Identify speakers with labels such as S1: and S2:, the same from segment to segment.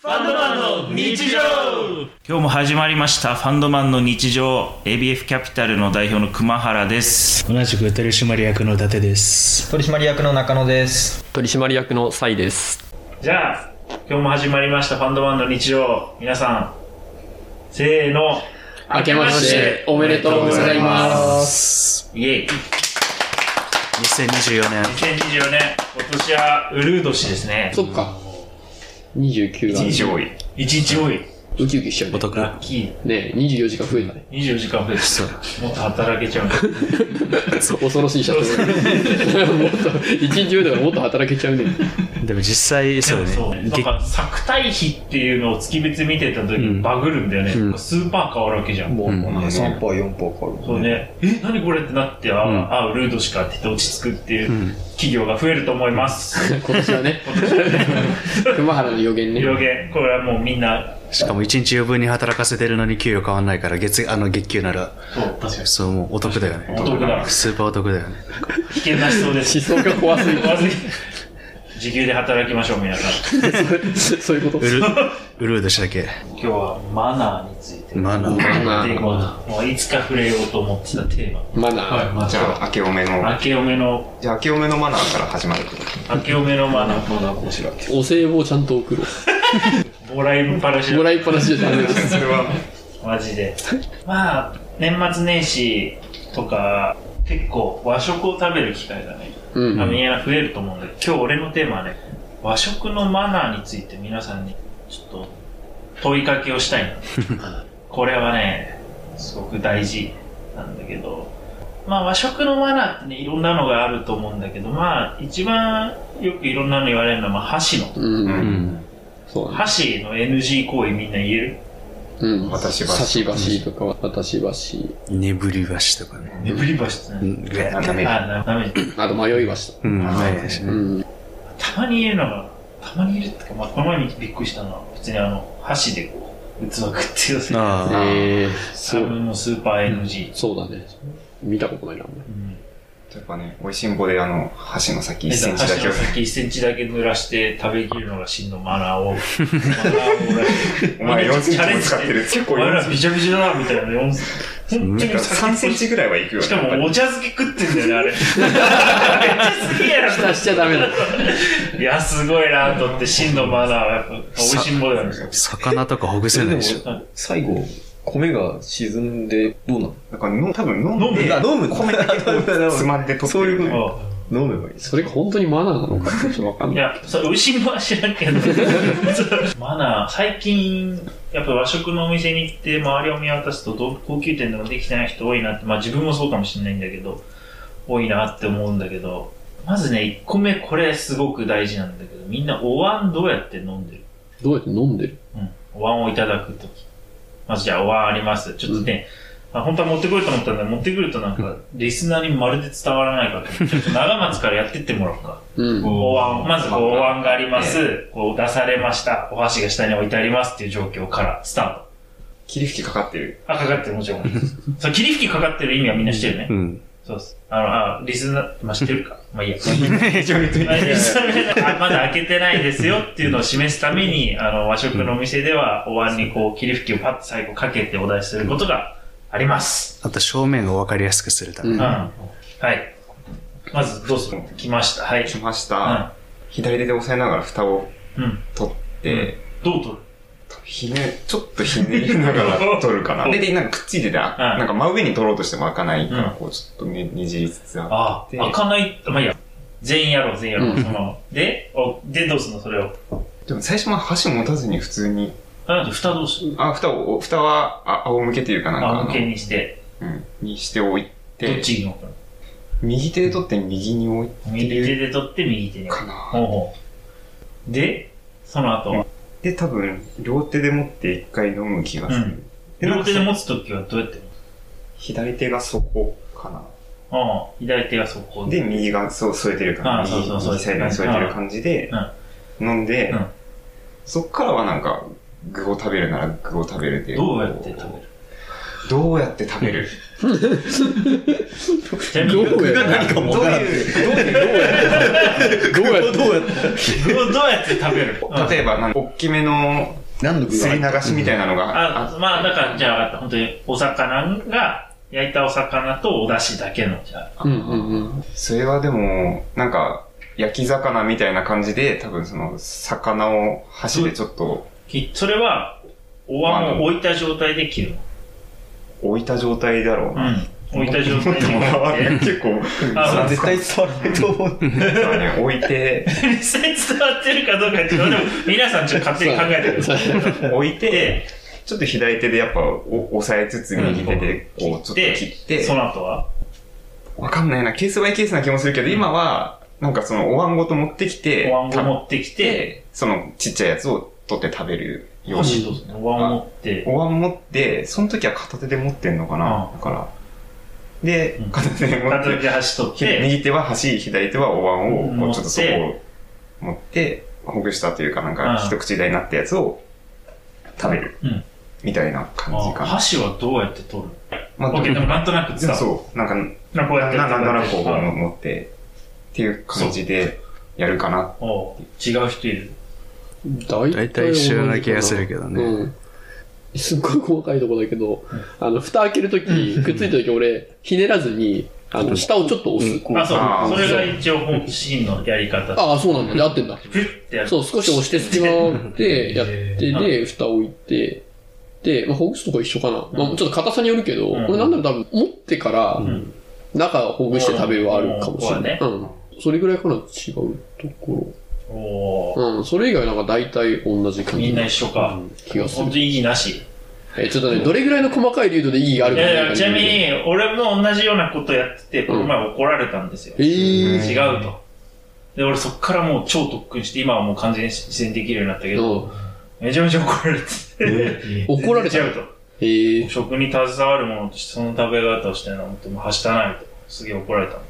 S1: ァンドマンの日常今日も始まりましたファンドマンの日常 ABF キャピタルの代表の熊原です
S2: 同じく取締役の伊達です
S3: 取締役の中野です
S4: 取締役のサイです
S1: じゃあ今日も始まりましたファンドマンの日常皆さんせーの
S4: 明けましておめでとうございます
S1: イエイ
S2: 2024年
S1: 2024年今年はウルー年ですね
S4: そっか29が
S1: 1日多い1日多い
S4: ウキウキしちゃうね
S2: お得
S1: ラッキ
S4: ねえ24時間増えたね
S1: ー24時間増え
S2: そう
S1: てもっと働けちゃう
S4: 恐ろし い社長もっと一日目だからもっと働けちゃうね
S2: でも実際そうね
S1: そうなんか作対比っていうのを月別見てた時にバグるんだよね、数パー変わるわけじゃん、
S3: もうね3パー4パー変わる
S1: そうね、え何これってなってあ、あウルードしかって言って落ち着くっていう企業が増えると思います、
S4: 今年はね 熊原の予言ね
S1: 広げこれはもうみんな
S2: しかも1日余分に働かせてるのに給料変わんないから月あの月給なら
S1: そう確かに
S2: そうもうお得だよね
S1: お得だ
S2: スーパーお得だよね
S1: 危険な思想です
S4: 思想が怖すぎ
S1: まずい時給で働きましょう皆さん
S4: るそういうこ
S2: う
S4: と
S2: るうるう年だけ
S1: 今日はマナーについて
S2: マナー
S4: マナ
S1: で
S4: ー
S1: もうもういつか触れようと思ってたテー
S4: マナー
S5: じゃあ、明けおめの、
S1: マ明けおめの
S5: じゃあ、明けおめのマナーから始まるってこと
S1: 明けおめのマナー
S5: 面白い。
S4: お歳暮をちゃんと送ろ
S1: ボライブパラシ
S4: うもらいっぱなしじゃダメです
S5: それは、
S1: マジで。まあ、年末年始とか、結構和食を食べる機会がね、
S4: うん
S1: 多分家が増えると思うんで、今日俺のテーマはね、和食のマナーについて皆さんにちょっと問いかけをしたい な。これはね、すごく大事なんだけど、まあ和食のマナーってね、いろんなのがあると思うんだけど、まあ一番よくいろんなの言われるのは、まあ箸の。
S4: う
S2: うんん
S4: そうだね
S1: 箸の NG 行為みんな言える
S4: うん
S5: 私
S4: 差し
S5: 箸
S4: 箸とか私箸
S2: 眠り箸とかね
S1: 眠り箸って
S2: う
S1: ね。
S2: んぐらい
S5: ダメ。
S1: あ、なダメです
S4: あと迷い箸
S2: うんないです
S4: う
S2: ね
S4: ん
S1: たまにいるのが、たまにいるっていうか、まあ、この前にびっくりしたのは、普通にあの、箸でこう、器食ってるやつ。
S2: ああ
S4: ええす
S1: 多
S4: ごい
S1: 分もうスーパー NG。
S4: そうだね見たことないな
S1: うん。
S5: やっぱね、美味しんぼであの、箸の先1
S1: 箸
S5: セン
S1: の
S5: チだけを、
S1: 先1センチだけ濡らして食べきるのが真のマ ナーを。マナーをらしい
S5: お前4センチも使ってる。
S1: 結
S5: 結
S1: 構
S5: 構
S1: お前ら
S5: 4セン
S1: びちゃびちゃだな、みたいなね。本当に
S5: チ。3センチぐらいはいくよね。
S1: しか
S5: やっぱ
S1: も
S5: り
S1: お茶漬け食ってんだよね、 あれ。めっちゃ好きやな。
S4: しちゃダメだ
S1: いや、すごいなと思って、真のマナーはやっぱ、美味しんぼだよね。
S2: 魚とかほぐせないでしょ
S6: 最後、米が沈んで、どうなの
S5: だからの、多分飲んで、
S6: 飲む米だけ
S5: つまんで取ってるよね。
S1: うん
S6: 飲めばいい。
S4: それが本当にマナーなのかちょっとわかん
S1: い
S4: ない。
S1: や、それ、牛もは知らんけど。 マナー、最近、やっぱ和食のお店に行って、周りを見渡すと、ど高級店でもできてない人多いなって、まあ自分もそうかもしれないんだけど、多いなって思うんだけど、まずね、1個目、これすごく大事なんだけど、みんなお椀どうやって飲んでる
S4: どうやって飲んでる
S1: うん。お椀をいただくとき。まずじゃあ、お椀あります。ちょっとね、あ本当は持ってこようと思ったんだ持ってくるとなんか、リスナーにまるで伝わらないから、ちょっと長松からやってってもらおうか。
S4: うん。
S1: お椀、まずこうお椀があります。こう出されました。お箸が下に置いてありますっていう状況からスタート。
S5: 霧吹きかかってる。
S1: あ、かかってる、もちろん。そう、霧吹きかかってる意味はみんな知ってるね。
S2: うん
S1: そうです。あの、あ、リスナー、まあ、知ってるか。まあいいや。あリスナーの皆さんあまだ開けてないですよっていうのを示すために、あの、和食のお店では、お椀にこう、霧吹きをパッと最後かけてお出しすることがあります。
S2: あと正面を分かりやすくするため
S1: うん。
S4: ん
S1: はい。まず、どうする来ました。はい。
S5: しました。左手で押さえながら蓋を
S1: うん。うん。
S5: 取って、
S1: どう取る
S5: ひね、ちょっとひねりながら取るか な。で、で、なんかくっついてて、あ
S1: うん
S5: なんか真上に取ろうとしても開かないか
S1: う
S5: ら、こうちょっとね、ねじりつつあっ
S1: ああ、
S5: で
S1: 開かない、まあ、いいや。全員やろう、全員やろう。
S4: うん
S1: その、で、お、で、どうすんの、それを。
S5: て。でも最初は箸持たずに普通に
S1: あなんと蓋どうする
S5: あ、蓋を、蓋は、あ、仰向けというかなんかあの、
S1: 仰向けにして、
S5: うん、にしておい、
S1: どってちに置くの
S5: 右手で取って右に置い
S1: 右
S5: て
S1: 手
S5: る
S1: で取って右手に置く。
S5: かな。
S1: ほうほう。で、その後は、
S5: で、多分、両手で持って一回飲む気がする。
S1: うん
S5: でなん
S1: 両
S5: か
S1: 手で持つときはどうやって持つ
S5: 左手がそこかな。
S1: ああ、左手がそこで。
S5: で、右がそう添えてる
S1: あ
S5: 感じ。
S1: そうそう
S5: 右
S1: そう
S5: 右サイドに添えてる感じで、飲んで、
S1: うん
S5: そっからはなんか、具を食べるなら具を食べるで。
S1: どうやって食べる
S5: こどうやって食べる
S1: ちなみに、
S4: どうや
S2: 何かも
S5: どういう、どういう、
S4: どうやって
S2: どうやって
S1: 具をどうやって食 べる
S5: 例えば、なんか大きめの
S6: 何の具
S5: す
S6: が
S5: り
S6: 入っ
S5: 流しみたいなのがあっ
S1: あ、まあ、だから、じゃあ分かった。本当に、お魚が、焼いたお魚とお出汁だけの、じゃあ。
S4: うんうんうん。
S5: それはでも、なんか、焼き魚みたいな感じで、多分その、魚を箸でちょっと
S1: きそれは、お椀を置いた状態で切る
S5: 置いた状態だろう
S1: う
S5: な。
S1: ん。置いた状態で切
S5: でも
S1: るって。
S5: 結構、
S1: あ
S5: 絶対
S3: 伝わらないと思う。
S5: そうね、置いて、
S1: 実際伝わってるかどうかっていうのはでも、皆さんちょっと勝手に考えてください。
S5: 置いて、ちょっと左手でやっぱお押さえつつ右手でこうちょっと
S1: で
S5: 切って
S1: そ、の後は
S5: わかんないな、ケースバイケースな気もするけど、今は、なんかそのお椀ごと持ってきて、
S1: お椀を持ってき
S5: 食べ
S1: て、
S5: そのちっちゃいやつを取って食べるよう
S1: もし
S5: に。
S1: どうするお椀を持って、
S5: お椀持って、その時は片手で持ってんのかな
S1: あ
S5: だから。で
S1: うん、
S5: 片手で持
S1: 片
S5: っ
S1: 手
S5: て、
S1: で箸取っ
S5: ひ
S1: て、
S5: 右手は箸、左手はお椀
S1: う
S5: を、
S1: ん
S5: こうちょっとそこを持って、ほぐしたというかなん
S1: あ
S5: か
S1: あ
S5: 一口大になったやつを食べる
S1: うん。
S5: みたいな感じ
S1: あ
S5: かな。
S1: 箸はどうやって取る
S5: まあ
S1: ?OK、でもなんとなく
S5: で
S1: 伝
S5: も
S1: わる。
S5: そう、なんか、
S1: なんかこうやって
S5: ななんとなくこう
S1: あ
S5: 持って、っていう感じでやるかな。
S1: おう違う人いる。
S4: 大
S2: 大体一緒な気がするけどね
S4: うんすっごい細かいとこだけど、あの、蓋開けるとき、くっついたとき俺、ひねらずに、あの、下をちょっと押す。
S1: あ、
S5: あ
S1: そう。
S5: ー
S1: それが一応本心のやり方。
S4: ああ、そうなんだ。で、合ってんだ。
S1: ピュッてやる。
S4: そう、少し押して隙間を打って、やって、で、蓋を置いて、で、まあ、ほぐすとこ一緒かな。まあ、ちょっと硬さによるけど、
S1: うん
S4: これなんなら多分、持ってから
S1: ん、
S4: 中をほぐして食べるはあるかもしれない。
S1: う
S4: うん。それぐらいかな、違うとこ
S1: おー
S4: ろ。うん、それ以外なんか大体同じ感じ。
S1: みんな一緒か
S4: うん気がする
S1: 本。当に意義なし。
S4: え、ちょっとね、どれぐらいの細かい流度で意義がある
S1: い
S4: か
S1: やいや、ちなみ
S4: え
S1: に、俺も同じようなことやってて、この前怒られたんですよ。
S4: ー。
S1: 違うと。で、俺そっからもう超特訓して、今はもう完全に実践できるようになったけど、
S4: うん
S1: めちゃめちゃ怒られて
S4: 怒られ た
S1: 違うと。
S4: えー。
S1: 食に携わるものとして、その食べ方をしてるのは本当にはしたないと。すげえ怒られたの。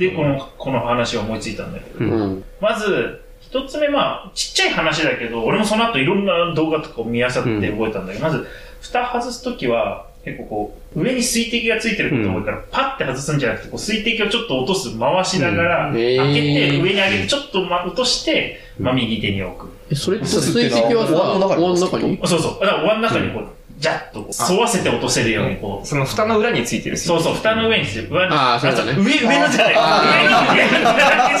S1: で、この、この話を思いついたんだけど。
S4: うん。
S1: まず、一つ目、まあ、ちっちゃい話だけど、俺もその後いろんな動画とかを見漁って覚えたんだけど、まず、蓋外すときは、結構こう、上に水滴がついてることが多いから、パッて外すんじゃなくて、こう水滴をちょっと落とす、回しながら、
S4: うんへー
S1: 開けて、上に上げて、ちょっとま落として、まあ、右手に置く。
S4: えそれって水滴はさ、お椀の中に
S1: そうそう。だから、お椀の中にこう、ジャッとこう、沿わせて落とせるように、こう、
S5: その蓋の裏についてるし。
S1: そうそう、蓋の上にして、上に、
S4: あーそうだね
S1: 上、上のじゃない、上に、上のだけじ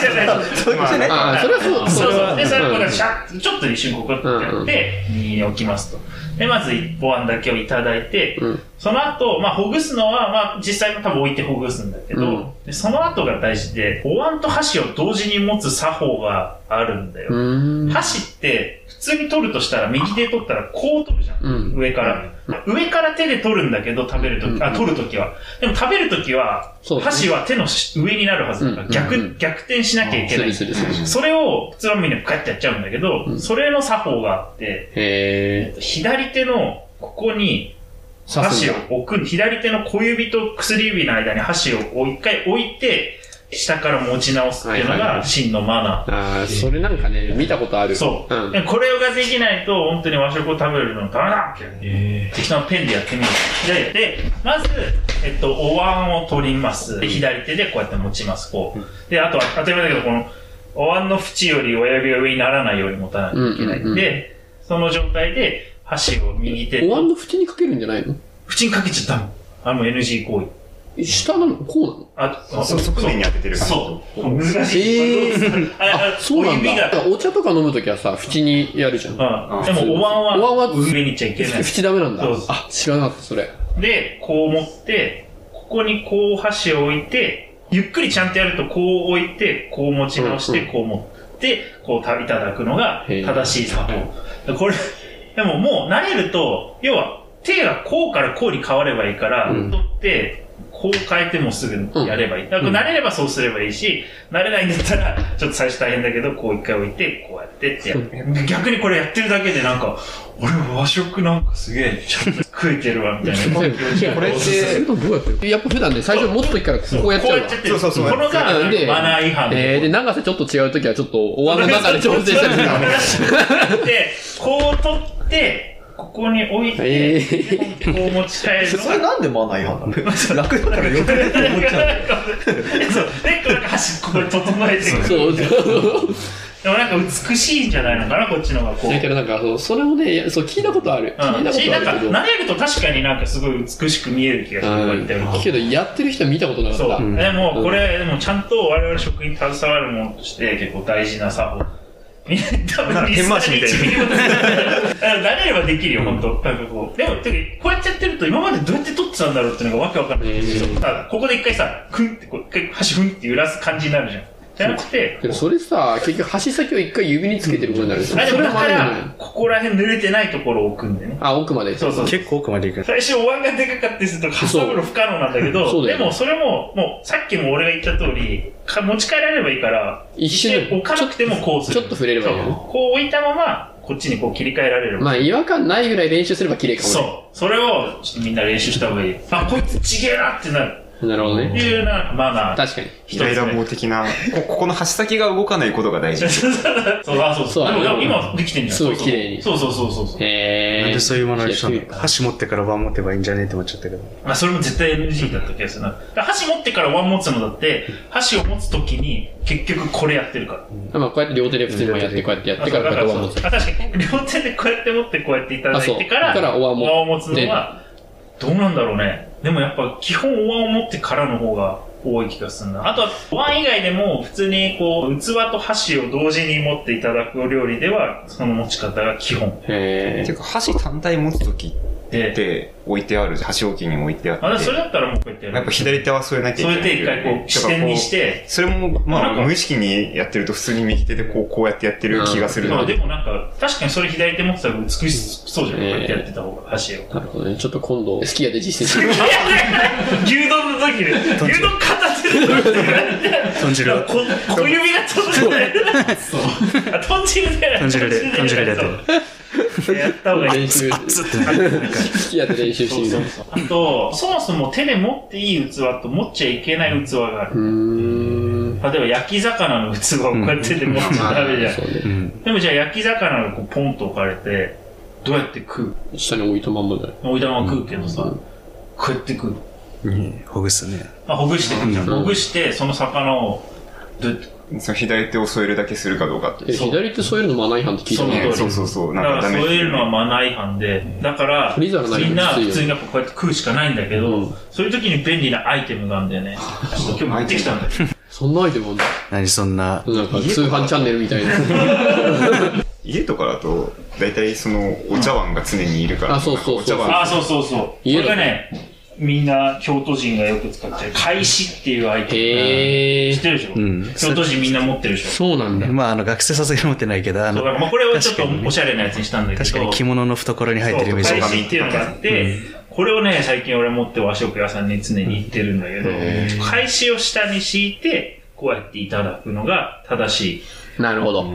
S1: ゃない。
S5: ま
S4: あ
S5: あ
S4: あ、それはそう、
S1: そうそう。で、それをこ
S4: う
S1: れ
S4: ん
S1: シャッ、ちょっと一瞬ここってやって、右に置きますと。で、まず一本だけをいただいて、
S4: うん
S1: その後、まあ、ほぐすのは、まあ、実際も多分置いてほぐすんだけど、
S4: うん
S1: でその後が大事で、お椀と箸を同時に持つ作法があるんだよ。
S4: うーん。
S1: 箸って、普通に取るとしたら、右手取ったら、こう取るじゃん。
S4: うん
S1: 上から、上から手で取るんだけど、食べるとき、あ、取るときは。でも食べるときは、
S4: そうだね
S1: 箸は手のし上になるはずだから、
S4: うん
S1: 逆、
S4: うん
S1: 逆転しなきゃいけ
S4: す
S1: ない
S4: る。するする。
S1: それを普通のメニューガッてやっちゃうんだけど、
S4: ん
S1: それの作法があって、え
S4: へ
S1: っと左手のここに
S4: ー。刺す
S1: 箸
S4: ん
S1: を
S4: だ
S1: 置く、左手の小指と薬指の間に箸をこう一回置いて、下から持ち直すっていうの
S4: はいはい
S1: が真のマナー。
S4: ああ、それなんかね、見たことある。
S1: そう、
S4: うん。
S1: でこれができないと、本当に和食を食べるのダメだって適当なペンでやってみる。で、でまず、えっと、お椀を取ります。で左手でこうやって持ちます。こう。で、あとは、当たり前だけど、この、お椀の縁より親指が上にならないように持たないといけない。
S4: うんうんうん
S1: で、その状態で、箸を右手
S4: お椀
S1: と、
S4: の縁にかけるんじゃないの
S1: 縁にかけちゃダメ。あの NG 行為。
S4: え下なのこうなの
S1: あ、あ
S5: そ側面に当ててる感じ。
S1: そう。難しい。
S4: えー。
S1: あ
S4: あ、そうなん
S1: 指
S4: だ。だ
S1: が
S4: からお茶とか飲むときはさ、縁にやるじゃん。
S1: うん。でも、お椀は、
S4: お椀は
S1: 上にいっちゃいけない。
S4: 縁ダメなんだ
S1: そうそう。
S4: あ、知らなかった、それ。
S1: で、こう持って、ここにこう箸を置いて、ゆっくりちゃんとやるとこう置いて、こう持ち直し
S4: うん
S1: て、こう持って、こういただくのが
S4: へえ
S1: 正しい作法。これ、でももう慣れると、要は手がこうからこうに変わればいいから、
S4: うん
S1: 取って、こう変えてもすぐやればいい。だから慣れればそうすればいいし、慣れないんだったら、ちょっと最初大変だけど、こう一回置いて、こうやってってやる。逆にこれやってるだけでなんか、俺和食なんかすげえ、ちょっと食えてるわ、みたいな。
S4: これって、どうやってやっぱ普段ね、最初持っときからこ
S1: そう
S4: うやっちゃうわ。
S1: てる。このが
S4: うんで、
S1: マナー違反
S4: えー、で、長さちょっと違うと きは、ちょっと、お椀の中で調整したりするから。
S1: で、こう取って、ここに置い
S4: え
S1: て、こう持ち帰るの
S6: それ
S1: が。
S6: なんでマナー違反な の楽だからよくないと思っち ゃう。
S1: そう、で、こうなんか端っこを整えていく。
S4: そうそう。
S1: でもなんか美しいんじゃないのかな、こっちのがこう。
S4: だけどなんか、そうそれをね、いやそう聞いたことある。聞いた
S1: うん、し
S4: こ
S1: なん
S4: と
S1: か
S4: あるけど。
S1: 慣れると確かになんかすごい美しく見える気がする、こうやってやる
S4: うん
S1: と。
S4: けど、やってる人見たことなかっ
S1: そう、
S4: た。
S2: ん
S1: でもこれ、でもちゃんと我々職に携わるものとして結構大事な作法。みんな多
S2: なん
S1: 分
S2: か手回しみたいな
S1: な。慣れればできるよ、本当なんかこう。でも、てかこうやってやってると今までどうやって撮ってたんだろうっていうのがわけわかんないんですよ
S4: うん
S1: ただ、ここで一回さ、クンってこう、一回箸ふんって揺らす感じになるじゃん。じゃなくて、
S4: けどそれさ、結局箸先を一回指につけてることになる。そ
S1: あ、でも
S4: れ
S1: だ
S4: も
S1: か
S4: あるよ
S1: ら
S4: ね。、
S1: ここら辺濡れてないところを置くんでね。
S4: あ、奥まで。
S1: そうそう。
S2: 結構奥まで行く。
S1: 最初お椀がでかかってすると挟むの不可能なんだけ
S4: そ
S1: ど、
S4: うだ
S1: で
S4: よ
S1: もそれも、もうさっきも俺が言った通り、か持ち帰られればいいから、
S4: 一瞬
S1: 置かなくてもこうす
S4: ち
S1: る。
S4: ょっと触れればいいよね。
S1: こう置いたまま、こっちにこう切り替えられれば。
S4: まあ、違和感ないぐらい練習すれば綺麗かもね。
S1: そう。それを、ちょっとみんな練習した方がいい。あ、こいつちげえなってなる。
S4: なるほど
S1: って
S4: ね。
S1: いうようなマナー。
S4: 確かに。
S5: イライラ棒的な、こここの箸先が動かないことが大事。
S1: そう、あ、そうそう。
S4: そ
S1: でも
S4: う
S1: でも
S4: うん
S1: 今できてんじゃん。
S4: すごい綺麗に
S1: そうそうそうそうそう。
S4: へー。
S2: なんでそういうものにしたんだ
S4: いや
S2: 箸持ってからバン持てばいいんじゃねえって思っちゃったけど。
S1: まあ、それも絶対 NG だった気がするな。だから箸持ってからワン持つのだって、箸を持つときに、結局これやってるから。
S4: まあ、こうやって両手で普通にこうやって、こうやってやってから、こうやっておわん持つ。
S1: あ確かに両手でこうやって持ってこうやっていただいてか
S4: あそうから
S1: ら
S4: お椀も
S1: を持つのはどうなんだろうねでもやっぱ基本お椀を持ってからの方が多い気がするなあとはお椀以外でも普通にこう器と箸を同時に持っていただくお料理ではその持ち方が基本
S4: へ
S5: てか、箸単体持つときっ
S1: で
S5: て置いてある、箸置きに置いてあって。
S1: まだそれだったらもうこうやってや
S5: やっ
S1: る
S5: ぱ左手は添えなき
S1: そ
S5: ゃい
S1: れ
S5: けない
S1: で
S5: け
S1: 一
S5: ど
S1: 回こう視点にし。て
S5: それも、ま
S1: なんか
S5: あ、無意識にやってると普通に右手でこう、こうやってやってる気がする
S1: ま
S5: の
S1: あ
S5: で。
S1: でもなんか確かにそれ左手持ってたら美しそうじゃん、
S4: ええ
S1: こうやってやってた方が箸を
S4: ー。なるほどね。ちょっと今度、スキヤで実践する。
S1: 牛丼の時に牛丼片手で食べて
S2: 豚汁 は。
S1: こ小指が飛んでないあ豚汁だよ
S2: 豚汁で、豚汁でやってる。
S1: やった方がいい
S4: 練習、
S2: 熱ってなる。
S4: スキヤで練習してみる。
S1: あとそもそも手で持っていい器と持っちゃいけない器があ
S4: う
S1: る
S4: ーん。
S1: 例えば焼き魚の器をこうやって手で持っちゃダメじゃん
S4: そう
S2: う
S4: ね。
S2: ん。
S1: でもじゃあ焼き魚がこうポンと置かれてどうやって食う
S4: 下に置いたまんまだよ。
S1: おいたまま食うけどさこうやって食う
S2: うんほぐすね。
S1: あほぐして食うじゃん
S4: うん
S1: ほぐしてその魚をどうやって
S5: その左手を添えるだけするかどうかって。
S4: え
S1: そう
S4: 左手添えるのマナー違反って聞いた
S1: そ
S4: こ
S1: の
S4: と
S1: 通り
S4: ある
S5: ねそうそうそう。
S1: だか
S5: なん
S1: ら
S5: かダ
S1: そう
S5: メ。
S1: いうのはマナー違反で、だから、
S4: 取り皿ないの
S1: みんな
S4: きついよね
S1: 普通にやっぱこうやって食うしかないんだけど、
S4: うん
S1: そういう時に便利なアイテムがあるんだよね。ちょっと今日持ってきたんだけど。
S4: そんなアイテムあんだ。
S2: 何そんな。
S4: なんか、通販チャンネルみたいな。
S5: 家とかだと、大体その、お茶碗が常にいるから。
S4: あそうそうそう
S5: お茶
S1: あ
S5: 碗。
S1: あ、そうそうそう。こ
S4: 家
S1: れ
S4: だ
S1: がね、みんな京都人がよく使ってる、返しっていうアイテ
S4: へ
S1: ム。知っ
S4: ー。
S1: てるでしょ、
S2: うん
S1: 京都人みんな持ってるでしょ
S4: そうなんだ。
S2: まあ、あの、学生さすがに持ってないけど、あ
S1: だ
S2: の
S1: か、ら、まあ、これはちょっと
S2: 確かにね
S1: おしゃれなやつにしたんだけど。
S2: 確かに着物の懐に入ってるイメージ
S1: そう
S2: が
S1: 返しっていうのがあって、これをね、最近俺持って和食屋さんに常に行ってるんだけど、返しを下に敷いて、こうやっていただくのが正し
S4: なるほど。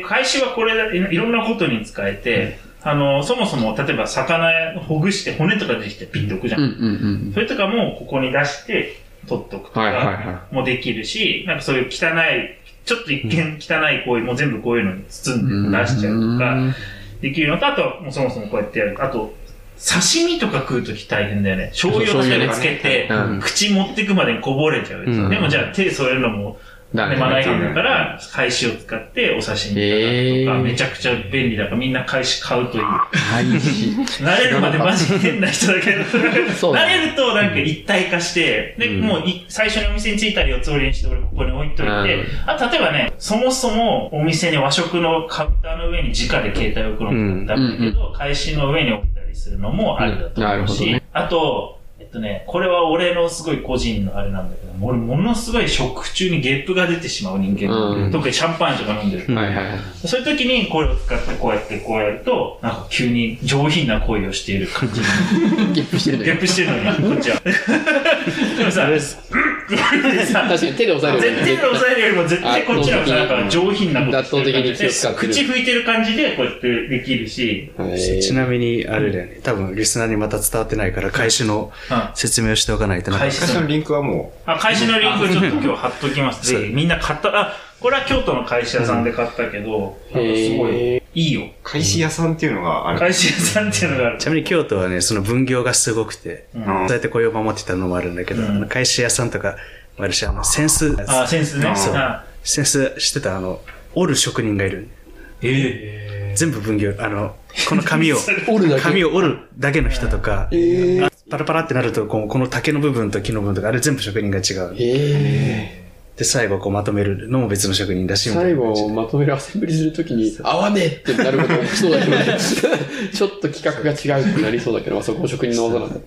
S1: い。返しはこれだいろんなことに使えて、あの、そもそも、例えば魚ほぐして骨とかできてピッと置くじゃ
S4: うん
S1: ん。
S4: うんうん。
S1: それとかもここに出して取っとくと
S4: はいはい
S1: か
S4: は
S1: もできるし、なんかそういう汚い、ちょっと一見汚い行為も全部こういうのに包んで出しちゃうとか、できるのと、あとはもうそもそもこうやってやる。あと、刺身とか食うとき大変だよね。醤油を例えばつけて、
S4: うん
S1: 口持ってくまでにこぼれちゃうやつ。
S2: うん
S1: でもじゃあ手添えるのも、
S4: だ
S1: ね、
S4: ね
S1: マナー違反だから、返しを使ってお刺身いただくとか、
S4: へー
S1: めちゃくちゃ便利だからみんな返し買うといい。慣れるまでマジ変な人だけど、
S4: そうだ
S1: 慣
S4: ね
S1: れるとなんか一体化して、で、
S4: うん
S1: もうい最初にお店に着いたり四つ折りにして俺ここに置いといて、
S4: うん
S1: あ、例えばね、そもそもお店に和食のカウンターの上に直で携帯を置くのもダメだけど、返しの上に置いたりするのもありだと
S4: うんな
S1: 思
S4: る
S1: う
S4: ほど
S1: し、
S4: ね
S1: あと、えっとね、これは俺のすごい個人のあれなんだけど、俺ものすごい食中にゲップが出てしまう人間。
S4: うん
S1: 特にシャンパンとか飲んでると
S4: はいはいはい。
S1: そういう時にこれを使ってこうやってこうやると、なんか急に上品な恋をしている感じ。
S4: ゲップしてるね
S1: ゲ。ップしてるのに、こっちは。でもさ、うんって言われてさ、
S4: 確かに手で押さえるよ
S1: 絶対
S4: ね
S1: 抑えるよりも絶対こっちの方がなんか上品なことしてる感じで
S4: 圧倒的に
S1: 口拭いてる感じでこうやってできるし、
S4: へ
S2: しち
S4: ー
S2: なみに、あれだよね。多分、リスナーにまた伝わってないから、返しの
S1: うん
S2: 説明をしておかないと。なんか
S1: 開始
S5: 昔
S1: す
S5: の
S1: る。
S5: リンクはも
S1: あ、開始のリンクちょっと今日貼っときます。ぜひみんな買った、あ、これは京都の会社さんで買ったけど、なんかすごい
S4: へ
S1: い
S4: ー
S1: いいよ。
S5: 返し屋さんっていうのがある。
S1: 会社さんっていうのがある
S2: ち。なみに京都はね、その分業がすごくて、
S1: うん
S2: そうやって雇用を守ってたのもあるんだけど、
S1: うん
S2: あの返し屋さんとかもあるし、あの、センス、
S1: あ、センスね。
S2: そう
S1: あ
S2: センスしてたあの、折る職人がいる。
S1: え
S2: 全部分業、あの、この紙 を、
S4: 折るだけ。
S2: 紙を折るだけの人とか、
S4: えー、
S2: パラパラってなると、こうこの竹の部分と木の部分とか、あれ全部職人が違う。
S4: え
S2: で、最後こうまとめるのも別の職人だし、
S4: ー、
S2: みたい
S4: 最
S2: な感じ
S4: 後
S2: で
S4: まとめるアセンブリするときに、合わねえってなることも そうだけどね。ちょっと企画が違うってなりそうだけど、まあ、そこも職人の技なんだ。
S2: っ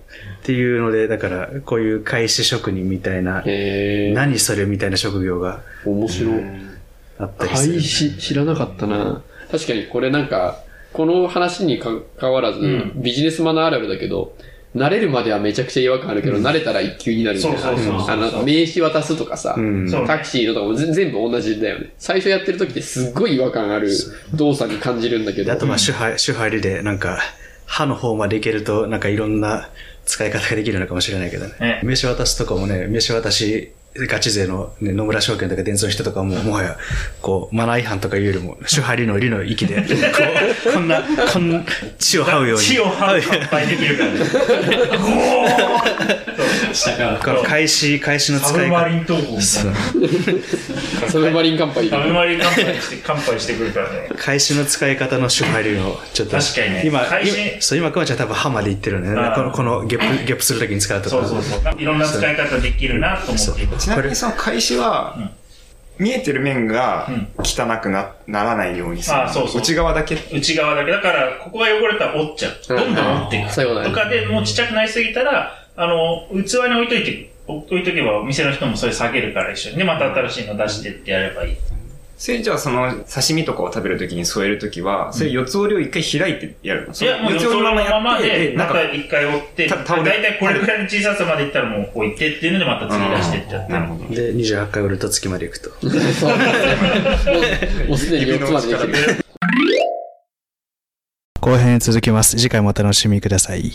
S2: ていうので、だから、こういう返し職人みたいな、
S4: えー、
S2: 何それみたいな職業が
S4: 面白い。
S2: あったりする
S4: 開。始知らなかったな。確かにこれなんか、この話にかかわらず、
S1: うん
S4: ビジネスマナーあるあるだけど、慣れるまではめちゃくちゃ違和感あるけど、慣れたら一級になるみたいな。
S1: そうそうそうそう
S4: あの、名刺渡すとかさ、
S2: うん。
S1: そう
S4: タクシーのとかも全全部同じだよね。最初やってる時ってすっごい違和感ある動作に感じるんだけ
S2: で
S4: ど。
S2: あとまあ手配、手配で、なんか、歯の方までいけると、なんかいろんな使い方ができるのかもしれないけどね
S1: ね。
S2: 名刺渡すとかもね、名刺渡し、ガチ勢の、ね、野村証券とか伝送の人とかも、もはや、こう、マナー違反とかいうよりも、手配理の理の域で、こう、こんな、こん、血を這うように。
S1: 血をはう乾杯できるからね。
S2: この返し、返しの
S1: サ
S2: 使
S1: ブ
S2: い
S1: マ
S2: 方。
S1: リン投法みたいな。
S4: サブマリン乾杯。
S1: サブマリン乾杯して、乾杯してくるからね。
S2: 返しの使い方の手配理の、ちょっと。
S1: 確かにね
S2: 今、
S1: 返し
S2: 今そう、今、くまちゃん多分歯までいってるんだよ
S1: あ
S2: ね。
S1: ー
S2: この、この、ゲップ、ゲップするときに使うとか。
S1: そうそうそう。いろんな使い方できるなと思って今。
S5: ちなみにその返しは、見えてる面が汚くなならないようにする
S1: あそうそう
S5: 内側だけ。
S1: 内側だけ。だから、ここが汚れたら折っちゃう。どんどん折っていく。
S4: 最後だ
S1: と
S4: ね。
S1: かでもうちっちゃくなりすぎたら、あの、器に置いといて、置いとけばお店の人もそれ下げるから一緒に。で、また新しいの出してってやればいい。
S5: それじゃあその刺身とかを食べるときに添えるときは、それ四つ折りを一回開いてやるの
S1: い
S5: それ
S1: や、もうそのままで、
S5: えな
S1: ま
S5: んか
S1: た一回折って、
S5: た
S1: だい
S5: 倒れ
S1: たいこれくらいの小ささまでいったらもう置いてっていうのでまた次出してっちゃって
S5: な。るほど。
S2: で、28回折ると月まで行くと。
S4: そうもうもうすでに4つまでできてる。
S2: 後編続きます。次回もお楽しみください。